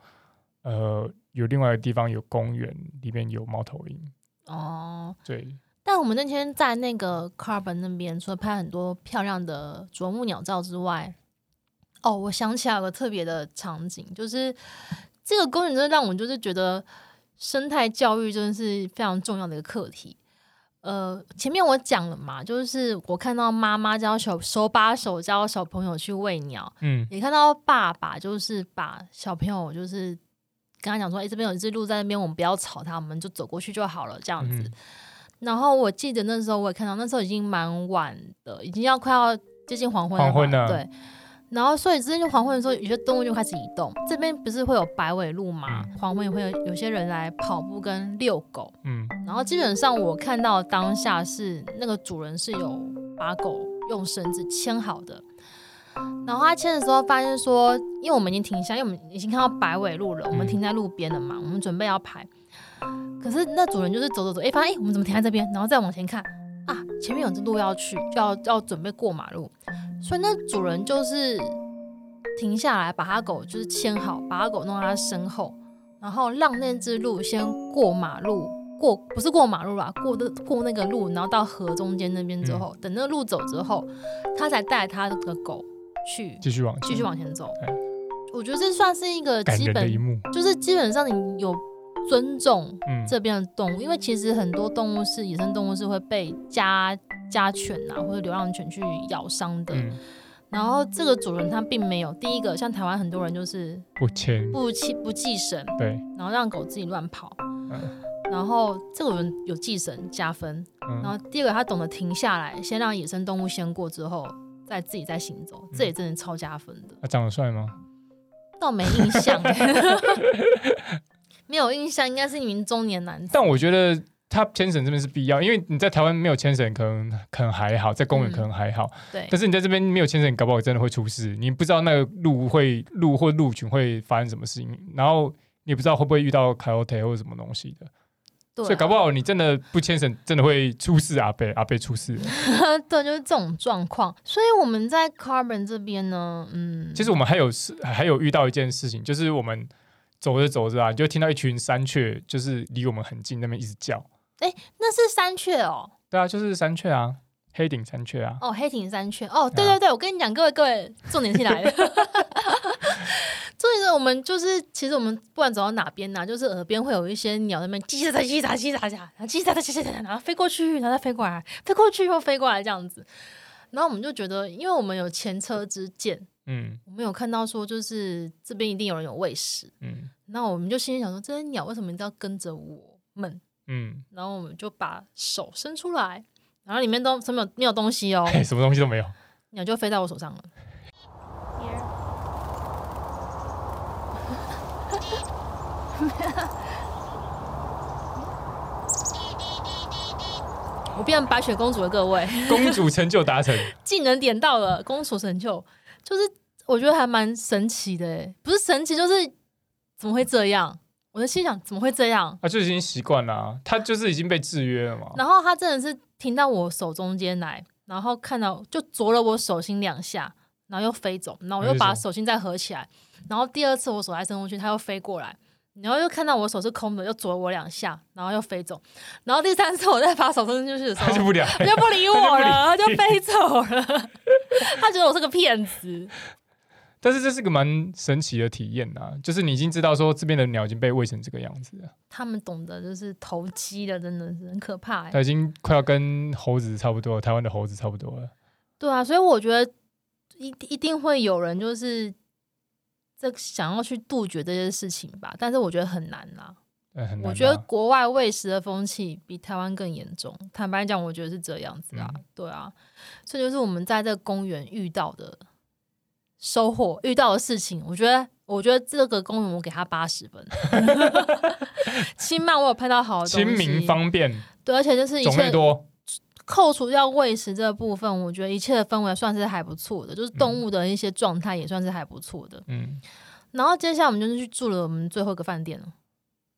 呃，有另外一个地方有公园，里面有猫头鹰，
哦，
对，
但我们那天在那个 Carbon 那边，除了拍很多漂亮的啄木鸟照之外，哦，我想起来有个特别的场景，就是这个公园真的让我就是觉得生态教育真的是非常重要的一个课题。呃，前面我讲了嘛，就是我看到妈妈教小手把手教小朋友去喂鸟，
嗯
也看到爸爸就是把小朋友就是跟他讲说，哎、这边有一只鹿在那边，我们不要吵它，我们就走过去就好了，这样子。
嗯
然后我记得那时候我也看到，那时候已经蛮晚的，已经要快要接近黄昏了嘛。
黄昏了
对。然后，所以之前就黄昏的时候，有些动物就开始移动。这边不是会有白尾鹿嘛？黄昏也会有有些人来跑步跟遛狗。
嗯，
然后基本上我看到当下是那个主人是有把狗用绳子牵好的，然后他牵的时候发现说，因为我们已经停下，因为我们已经看到白尾鹿了，我们
嗯
停在路边了嘛，我们准备要排，可是那主人就是走走走，哎，发现哎我们怎么停在这边，然后再往前看啊，前面有只鹿要去，就要要准备过马路，所以那主人就是停下来把他狗就是牵好，把他狗弄到他身后。然后让那只鹿先过马路，过不是过马路啦，过的过那个路，然后到河中间那边之
嗯
后，等那个路走之后，他才带他的狗去
继续往前
继续往前走
哎。
我觉得这算是一个
感
基
人的一
本，
幕，
就是基本上你有尊重
嗯，
这边的动物，因为其实很多动物是野生动物是会被家家犬啊或者流浪犬去咬伤的。
嗯
然后这个主人他并没有第一个，像台湾很多人就是
不签，
不弃不系绳，
对，
然后让狗自己乱跑。
嗯
然后这个人有寄生加分，然后
嗯，
第二个他懂得停下来，先让野生动物先过之后，再自己再行走，
嗯
这也真的超加分的。
他长得帅
嗯
吗？
倒没印象、 没有印象，应该是一名中年男子。
但我觉得他牵绳这边是必要，因为你在台湾没有牵绳，可能可能还好，在公
嗯
园可能还好，
对，
但是你在这边没有牵绳，你搞不好真的会出事。你不知道那个鹿会鹿或鹿群会发生什么事情，然后你也不知道会不会遇到 coyote 或者什么东西的，
对啊、
所以搞不好你真的不牵绳，真的会出事。啊阿贝阿贝出事了。
对，就是这种状况。所以我们在 Carbon 这边呢，嗯，
其实我们还有事，还有遇到一件事情，就是我们走着走着啊，你就听到一群山雀，就是离我们很近那边一直叫。
那是山雀哦，
对啊，就是山雀啊，黑顶山雀啊。
哦，黑挺山雀哦，对
啊
对对，我跟你讲，各位各位，重点是来了。重点是我们就是，其实我们不管走到哪边呢、就是耳边会有一些鸟在那边叽喳喳叽喳叽喳喳，然后叽喳喳叽喳喳，然后飞过去，然后再飞过来，飞过去又飞过来这样子。然后我们就觉得，因为我们有前车之鉴，
嗯
我们有看到说，就是这边一定有人有喂食，
嗯
那我们就心里想说，这些鸟为什么一定要跟着我们？
嗯，
然后我们就把手伸出来，然后里面都什么没有东西哦，
嘿，什么东西都没有。
鸟就飞到我手上了。 我变白雪公主的各位，
公主成就达成，
技能点到了，公主成就，就是我觉得还蛮神奇的欸，不是神奇，就是怎么会这样？我在心想怎么会这样？
啊，就已经习惯了啊，他就是已经被制约了嘛。
然后他真的是停到我手中间来，然后看到就啄了我手心两下，然后又飞走，然后我又把手心再合起来，然后第二次我手再伸过去，它又飞过来，然后又看到我手是空的，又啄我两下，然后又飞走，然后第三次我再把手伸进去的时
他就
候。
不聊，
它就不理我了，它
它就
就
不理
飞走了。他觉得我是个骗子，
但是这是个蛮神奇的体验呐、就是你已经知道说这边的鸟已经被喂成这个样子了，
他们懂得就是投机了，真的是很可怕、欸。
它已经快要跟猴子差不多了，台湾的猴子差不多了。
对啊，所以我觉得一一定会有人就是这想要去杜绝这些事情吧，但是我觉得很难啦。
呃很难啊
我觉得国外喂食的风气比台湾更严重，坦白讲，我觉得是这样子啊，
嗯
对啊，这就是我们在这个公园遇到的收获，遇到的事情，我觉得。我觉得这个公园我给他八十 分，清迈我有拍到好的东西，
亲民方便，
对，而且就是一
种类
切
多，
扣除掉喂食这部分，我觉得一切的氛围算是还不错的，就是动物的一些状态也算是还不错的。
嗯，
然后接下来我们就是去住了我们最后一个饭店了，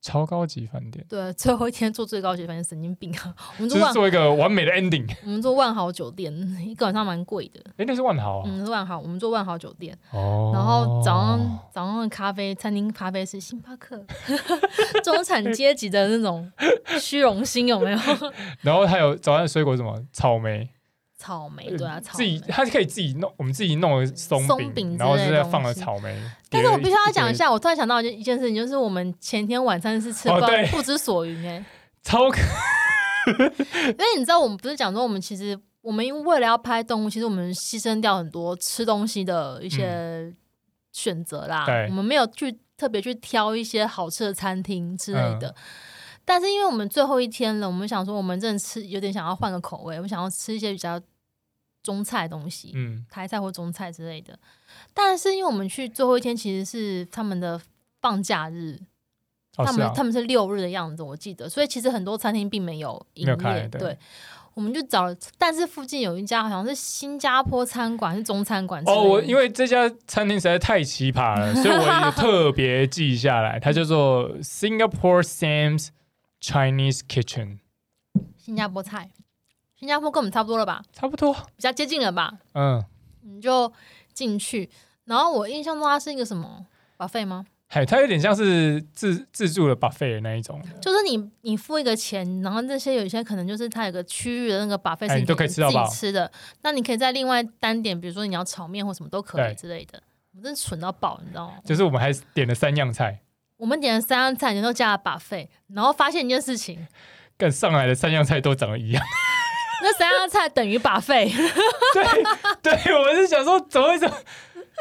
超高级饭店，
对，最后一天住最高级饭店，神经病啊！我们住
就是
万，
做一个完美的 ending。
我们住万豪酒店，一个晚上蛮贵的，
哎，那是万豪啊，
嗯，是万豪，我们住万豪酒店，
哦，
然后早上早上的咖啡餐厅咖啡是星巴克， 中产阶级的那种虚荣心有没 有？
然后还有早上的水果是什么草莓，
草莓对啊，
呃
草
自己
莓。
它可以自己弄，我们自己弄的松
松
饼，
饼之
然后
类
是
的
在
东
放了
西
草莓。
但是
叠
我
了
必须要
一
讲一
堆，
下，我突然想到一件一件事情，就是我们前天晚餐是吃
哦
不
对
不知所云哎、
超可
因为你知道我们不是讲说我们其实我们因为为了要拍动物，其实我们牺牲掉很多吃东西的一些选择啦，
嗯对
我们没有去特别去挑一些好吃的餐厅之类
嗯
的。但是因为我们最后一天了，我们想说我们真的吃有点想要换个口味，我们想要吃一些比较中菜的东西，
嗯，
台菜或中菜之类的。但是因为我们去最后一天其实是他们的放假日，
哦
他
是
们、
啊
他，们是六日的样子，我记得，所以其实很多餐厅并没有营业。
没有开对
对，我们就找了，但是附近有一家好像是新加坡餐馆，是中餐馆之类的。
哦，我因
为
为这家餐厅实在太奇葩了，所以我也特别记下来，它叫做 Singapore Sam's Chinese Kitchen，
新加坡菜，新加坡跟我们差不多了吧，
差不多，
比较接近了吧，
嗯，
你就进去。然后我印象中它是一个什么 buffet 吗？
嘿，它有点像是自自助的 buffet 的那一种，
就是你你付一个钱，然后那些有一些可能就是它有个区域的那个 buffet
哎
是
你都可以吃到
自己
饱
吃的，那你可以再另外单点，比如说你要炒面或什么都可
对
以之类的。我真的蠢到爆，你知道吗？
就是我们还点了三样菜，
我们点了三样菜，然后加了把费，然后发现一件事情，
跟上来的三样菜都长得一样，
那三样菜等于把费，
对对，我是想说怎么会这，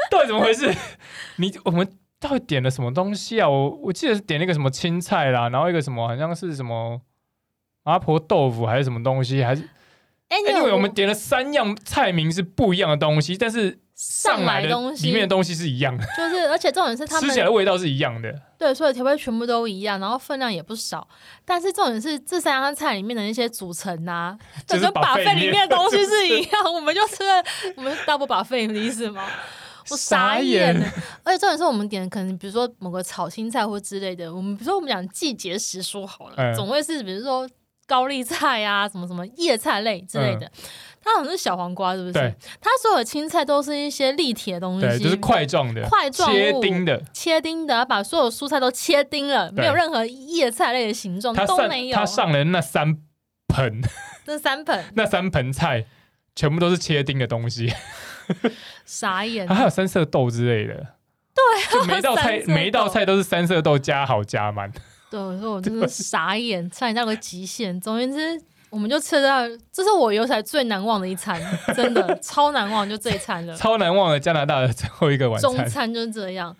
到底怎么回事？ 你我们到底点了什么东西啊？我我记得是点了一个什么青菜啦，然后一个什么好像是什么麻婆豆腐还是什么东西，还是。
哎、你
因
有
为我们点了三样菜名是不一样的东西，但是上
上
来
来
的
东西
里面的东西是一样的，
就是，而且重点是他
吃起来
们
的味道是一样的。
对所有调味全部都一样，然后分量也不少，但是重点是这三样菜里面的那些组成啊，
就
就是跟把
buffet
费
里
里
面
面的东西是一样，我们就吃了，我们 double 把费，你的意思吗？我傻眼了，而且重点是我们点的可能比如说某个炒青菜或之类的，我们比如说我们讲季节时蔬好了，
嗯
总会是比如说高丽菜啊，什么什么叶菜类之类的。它好像是小黄瓜，是不
对
是？它所有的青菜都是一些立体的东西，
对，就是块状的、
块状物
切丁的，
切丁的，把所有蔬菜都切丁了，
对
没有任何叶菜类的形状
他
都
上
没有
他。上了那三盆，
这三盆
那三盆菜全部都是切丁的东西，
傻眼，
还有三色豆之类的。对、就每一道
啊三
菜
色豆
每一道菜都是三色豆加好加满，
对，我说我真的傻眼，差点到个极限。总而言之，我们就吃到，这是我有史以来最难忘的一餐，真的超难忘，就这一餐了。
超难忘的加拿大的最后一个 晚
中
餐，
餐就是这样。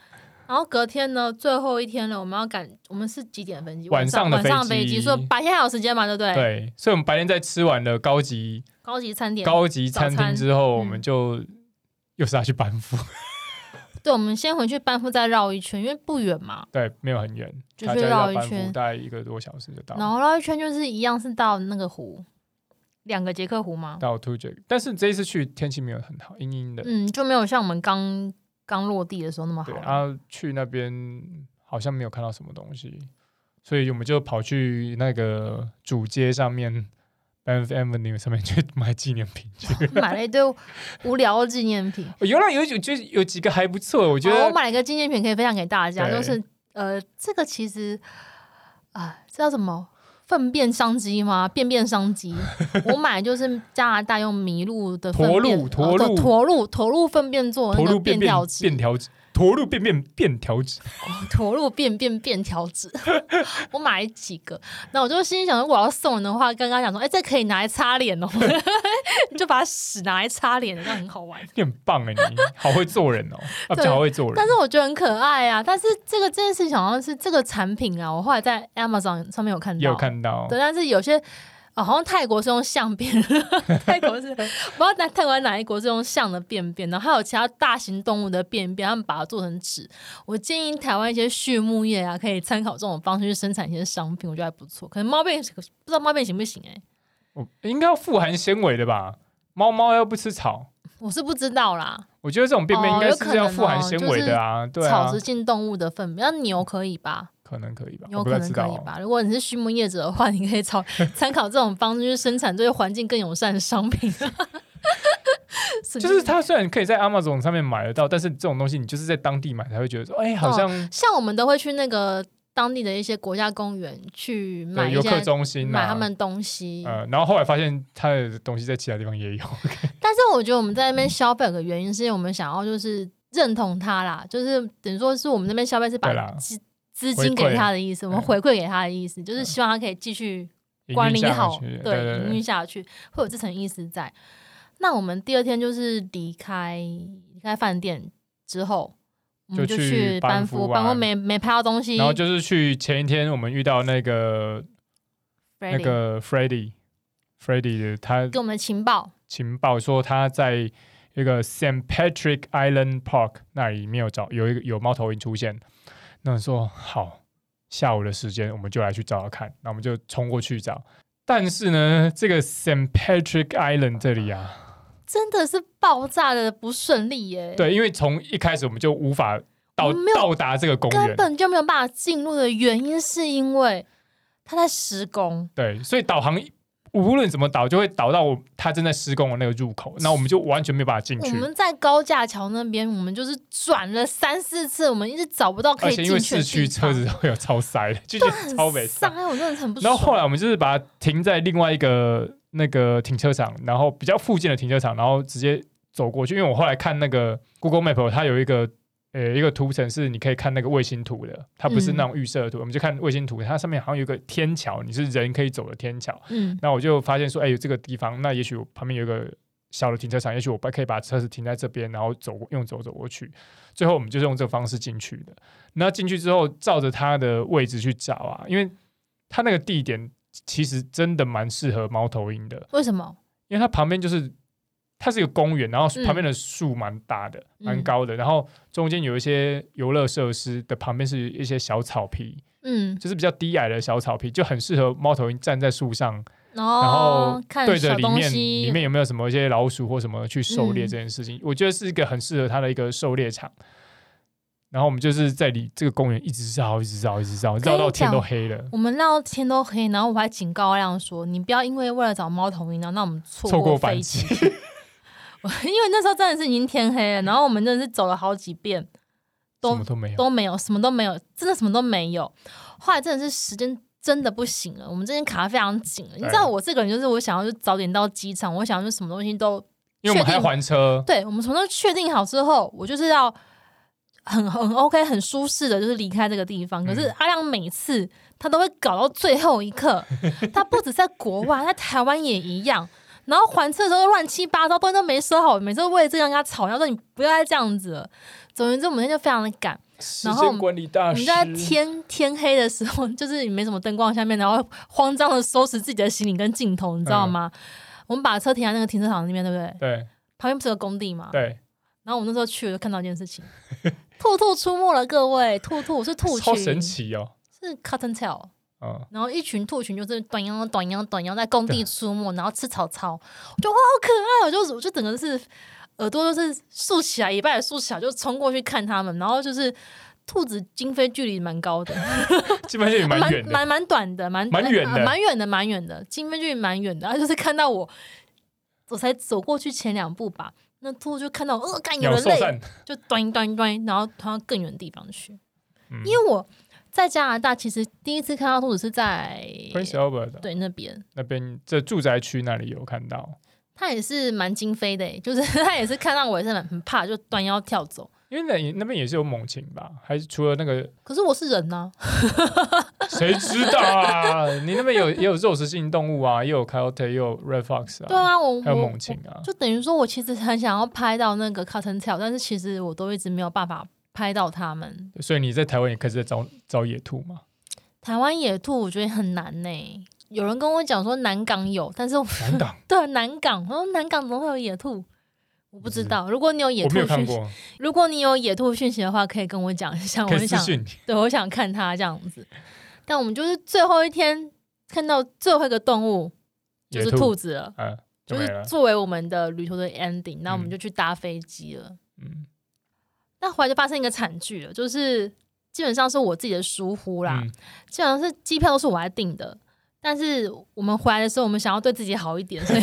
然后隔天呢，最后一天了，我们要赶，我们是几点飞机？
晚上
上
的
晚上
飞
飞
机
机，所以白天还有时间嘛，对不对？
对，所以我们白天在吃完了高级
高级餐点，
高级
早
餐厅
餐
之后，
嗯
我们就又是要去班夫，
对，我们先回去班夫再绕一圈，因为不远嘛。
对，没有很远，
就
大
是
家
绕
到
一
班夫
圈
大概一个多小时就到。
然后绕一圈就是一样是到那个湖，两个捷克湖吗？
到 t u j 但是这一次去天气没有很好，阴阴的。
嗯，就没有像我们刚刚落地的时候那么好
对，
了。
啊，去那边好像没有看到什么东西，所以我们就跑去那个主街上面 Banff Avenue 上面去买纪念品去。
买了一堆无聊的纪念品。
有啦，哦有有就是有几个还不错， 哦我觉
好我
得
买了一个纪念品可以分享给大家，
对
就是呃，这个其实啊，这叫什么？粪便商机吗？便便商机，我买就是加拿大用麋鹿的粪
驼
便
鹿
呃
驼
对
鹿
驼鹿驼鹿粪便做的
驼
那个
鹿便
便
便
条纸
便，条纸，驼鹿便便便条纸，
驼鹿便便便条纸， 我买了几个，那我就心里想，如果我要送人的话，刚刚想说，哎、这可以拿来擦脸哦， 就把屎拿来擦脸，这样很好玩。
你很棒哎，你好会做 人哦，啊，不
对
是好会做人，
但是我觉得很可爱啊。但是这个这件事情好像是这个产品啊，我后来在 Amazon 上面有看到，
也有看到
对，但是有些。哦，好像泰国是用象便， 泰国是不知道哪泰国哪一国是用象的便便，然后还有其他大型动物的便便，他们把它做成纸。我建议台湾一些畜牧业啊，可以参考这种方式去生产一些商品，我觉得还不错。可能猫便不知道猫便行不行哎、
我应该要富含纤维的吧？猫猫要不吃草，
我是不知道啦。
我觉得这种便便
哦
应该
有可
是要
能
富含
哦
纤
就
维
是
的啊，对啊
草食，性动物的粪便，那牛可以吧？
可能可以吧，
有
我不
可
太
能
知
可
道
以
哦。
吧？如果你是畜牧业者的话，你可以朝参 考这种方式去生产对环境更友善的商品。 神经
就是它虽然可以在 Amazon 上面买得到，但是这种东西你就是在当地买才会觉得说，哎、
哦
好像、
像我们都会去那个当地的一些国家公园去买
对
一
游客
些。
中心、啊、
买他们东西，
呃，然后后来发现它的东西在其他地方也有，
但是我觉得我们在那边消费有个原因，是因为我们想要就是认同他啦，就是等于说是我们那边消费是把
对啦嗯
资资金给他的意思，我们回馈给他的意思，就是希望他可以继续
营
管
运
理
下
好，
去对
对，
对
营运下去会有这层意思在。那我们第二天就是离开离开饭店之后，我们
就
就
去
去
班
班
夫
夫，
玩
班夫没没拍到东西，
然后就是去前一天我们遇到那个
Freddy
那个 f r e d d y f r e d d y 的他
给我们的情报，
情报说他在一个 St. Patrick Island Park 那里没有找有一个有猫头鹰出现，那我说好，下午的时间我们就来去找找看，那我们就冲过去找。但是呢，这个 St. Patrick Island 这里啊，
真的是爆炸的不顺利耶，，
对，因为从一开始我们就无法到
我们没有
到达这个公
根
园，
本就没有办法进入的原因是因为他在施工，
对，所以导航无论怎么导，就会导到我它正在施工的那个入口，那我们就完全没有办法进
我
去。
们在高架桥那边，我们就是转了三四次，我们一直找不到可
而
以
且
进
因
去的
为市区
地方
车子都有超塞的，就是
很
超北塞
伤。哎，我真的很不
然
爽。
后后来我们就是把它停在另外一个那个停车场，然后比较附近的停车场，然后直接走过去。因为我后来看那个 Google Map，它有一个呃一个图层是你可以看那个卫星图的，它不是
嗯
那种预设图，我们就看卫星图，它上面好像有一个天桥，你是人可以走的天桥。
嗯，
那我就发现说，哎、有这个地方，那也许我旁边有一个。小的停车场，也许我可以把车子停在这边，然后走过用走走过去。最后我们就是用这个方式进去的。那进去之后，照着它的位置去找啊，因为它那个地点其实真的蛮适合猫头鹰的，
为什么？
因为它旁边就是它是一个公园，然后
嗯
旁边的树蛮大的、
嗯
蛮高的，然后中间有一些游乐设施的旁边是一些小草皮，
嗯，
就是比较低矮的小草皮，就很适合猫头鹰站在树上，
然
然后
后哦看
对着
小
里
东
面
西，
里面有没有什么一些老鼠或什么去狩猎
嗯
这件事情，我觉得是一个很适合它的一个狩猎场。然后我们就是在里这个公园一直绕，一直绕，一直绕，绕到天都黑了。
我们绕天都黑，然后我还警告亮说，你不要因为为了找猫头鹰，然后让我们错
错过
飞
班
机
机。
我因为那时候真的是已经天黑了，然后我们真的是走了好几遍，
什
都
么都没有，
都没有，什么都没有，真的什么都没有。后来真的是时间真的不行了，我们这边卡得非常紧了。你知道我这个人就是我想要就早点到机场，我想要就什么东西都
因为我
确
们还
定
还车，
对，我们什么都确定好之后，我就是要很很 OK、很舒适的，就是离开这个地方。可是
嗯
阿亮每次他都会搞到最后一刻， 他不止在国外，在台湾也一样。然后还车的时候乱七八糟，东西都没收好，每次为了这样跟他吵架，说你不要再这样子了。总而言之，我们那天就非常的赶，
时
然后我们
管理大
我们就在天天黑的时候，就是没什么灯光下面，然后慌张的收拾自己的行李跟镜头，你知道
嗯
吗？我们把车停在那个停车场那边，对不对？
对
旁边不是有工地吗？
对，
然后我那时候去，我就看到一件事情，兔兔出没了，各位，兔兔是兔群，
超神奇哦！
是 cottontail，
嗯，
然后一群兔群就是短腰短腰短腰在工
啊
地出没，然后吃草草，我就哇好可爱，我就我就整个是耳朵都是竖起来，尾巴也竖起来，就冲过去看它们，然后就是兔子惊飞距离蛮高的，
基本上也 蛮远的，
蛮蛮短的，蛮
蛮远的
呃蛮远的，蛮远的，惊飞距离蛮远的，它就是看到我，我才走过去前两步吧，那兔就看到我，呃，干有
鸟
人
兽
类
散，，
就端端端，然后窜到更远的地方去，
嗯
因为我。在加拿大，其实第一次看到兔子是在
Prince Albert
对那边，
那边这住宅区那里有看到，
他也是蛮惊飞的欸， 就是他也是看到我也是很很怕，就端腰跳走。
因为那也那边也是有猛禽吧？还是除了那个
可是我是人啊呐、
哦谁知道啊？你那边有也有肉食性动物啊，也有 coyote，也有 red fox 啊，
对啊，我
还有
我
猛禽啊
我，就等于说我其实很想要拍到那个 cotton tail，但是其实我都一直没有办法拍到他们。
所以你在台湾也开始在找找野兔嘛？
台湾野兔我觉得很难呢、欸有人跟我讲说南港有，但是我
难挡，
对啊南港，我说南港怎么会有野兔？我不知道，如果你有野
嗯我没
兔
有看
讯息，
过，
如果你有野兔讯息的话，可以跟我讲一下，我
可
很
以私
想
讯。
对，我想看它这样子。但我们就是最后一天看到最后一个动物就是
野兔
兔子了，
嗯，就
就
没
是
了。
作为我们的旅途的 ending。那我们
嗯
就去搭飞机了。
嗯，
那后来就发生一个惨剧了，就是基本上是我自己的疏忽啦，
嗯
基本上是机票都是我来订的。但是我们回来的时候，我们想要对自己好一点，所以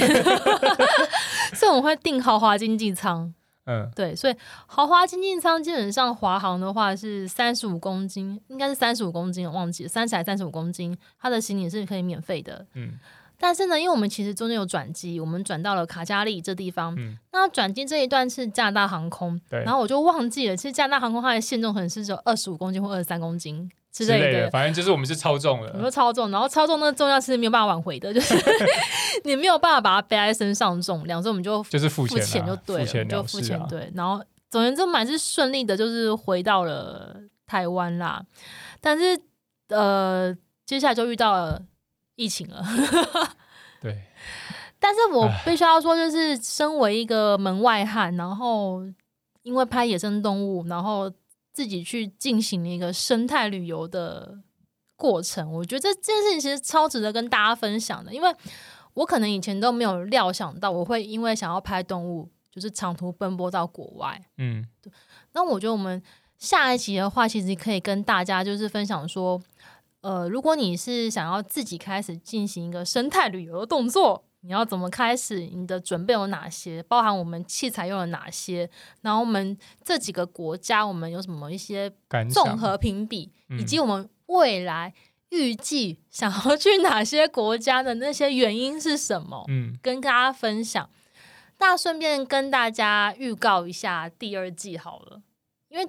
所以我们会订豪华经济舱。
嗯，
对，所以豪华经济舱基本上华航的话是三十五公斤，应该是三十五公斤，我忘记三十还三十五公斤，它的行李是可以免费的。
嗯，
但是呢，因为我们其实中间有转机，我们转到了卡加利这地方。
嗯
那转机这一段是加拿大航空，
对
然后我就忘记了，其实加拿大航空它的限重可能是只有二十五公斤或二十三公斤之
之
类
类
的
的，。反正就是我们是超重
我说
了。
超重，然后超重那个重量是没有办法挽回的，就是 你没有办法把它背在身上重量，所以我们就
就是付
付钱
啊
就对了，
付钱
就
了
付
事
钱
啊。
对。然后总而言之，蛮是顺利的，就是回到了台湾啦。但是呃，接下来就遇到了疫情了。
对，
但是我必须要说，就是身为一个门外汉，然后因为拍野生动物，然后自己去进行了一个生态旅游的过程，我觉得这件事情其实超值得跟大家分享的，因为我可能以前都没有料想到，我会因为想要拍动物，就是长途奔波到国外。
嗯，
那我觉得我们下一集的话，其实可以跟大家就是分享说，呃，如果你是想要自己开始进行一个生态旅游的动作，你要怎么开始？你的准备有哪些？包含我们器材用了哪些？然后我们这几个国家，我们有什么一些
感想
综合评比，
嗯
以及我们未来预计想要去哪些国家的那些原因是什么？
嗯，
跟大家分享。那顺便跟大家预告一下第二季好了，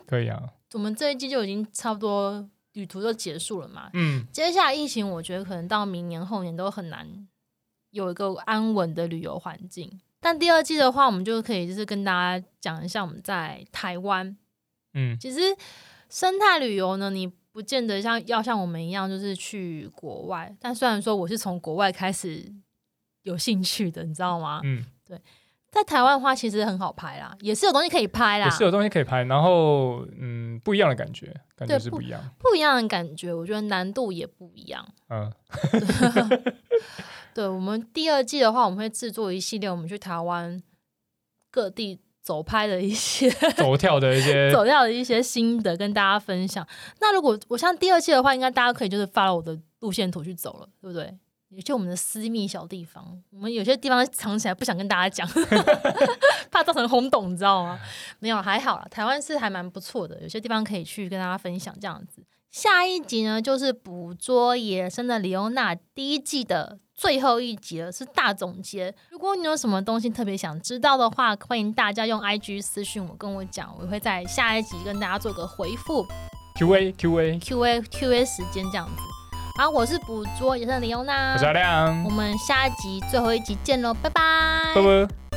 可以啊。
我们这一季就已经差不多旅途就结束了嘛。
嗯，
接下来疫情，我觉得可能到明年后年都很难有一个安稳的旅游环境。但第二季的话，我们就可以就是跟大家讲一下我们在台湾
嗯，
其实生态旅游呢，你不见得像要像我们一样，就是去国外。但虽然说我是从国外开始有兴趣的，你知道吗？
嗯，
在台湾的话，其实很好拍啦，也是有东西可以拍啦
也，是有东西可以拍，然后嗯，不一样的感觉，感觉
对
是
不
不一样。
不一样的感觉，我觉得难度也不一样。
嗯，
对我们第二季的话，我们会制作一系列我们去台湾各地走拍的一些
走跳的一 些
走掉的一些心得跟大家分享。那如果我像第二季的话，应该大家可以就是发了我的路线图去走了，对不对？有些我们的私密小地方，我们有些地方藏起来不想跟大家讲， 怕造成轰动，你知道吗？没有，还好啦，台湾是还蛮不错的，有些地方可以去跟大家分享这样子。下一集呢，就是捕捉野生的李欧娜第一季的最后一集了，是大总结。如果你有什么东西特别想知道的话，欢迎大家用 IG 私讯我，跟我讲，我会在下一集跟大家做个回复
Q A Q A。
Q&A Q&A 时间这样子。好，我是捕捉野生的李欧娜
我是，阿亮
我，们下一集最后一集见喽，拜拜，
拜拜。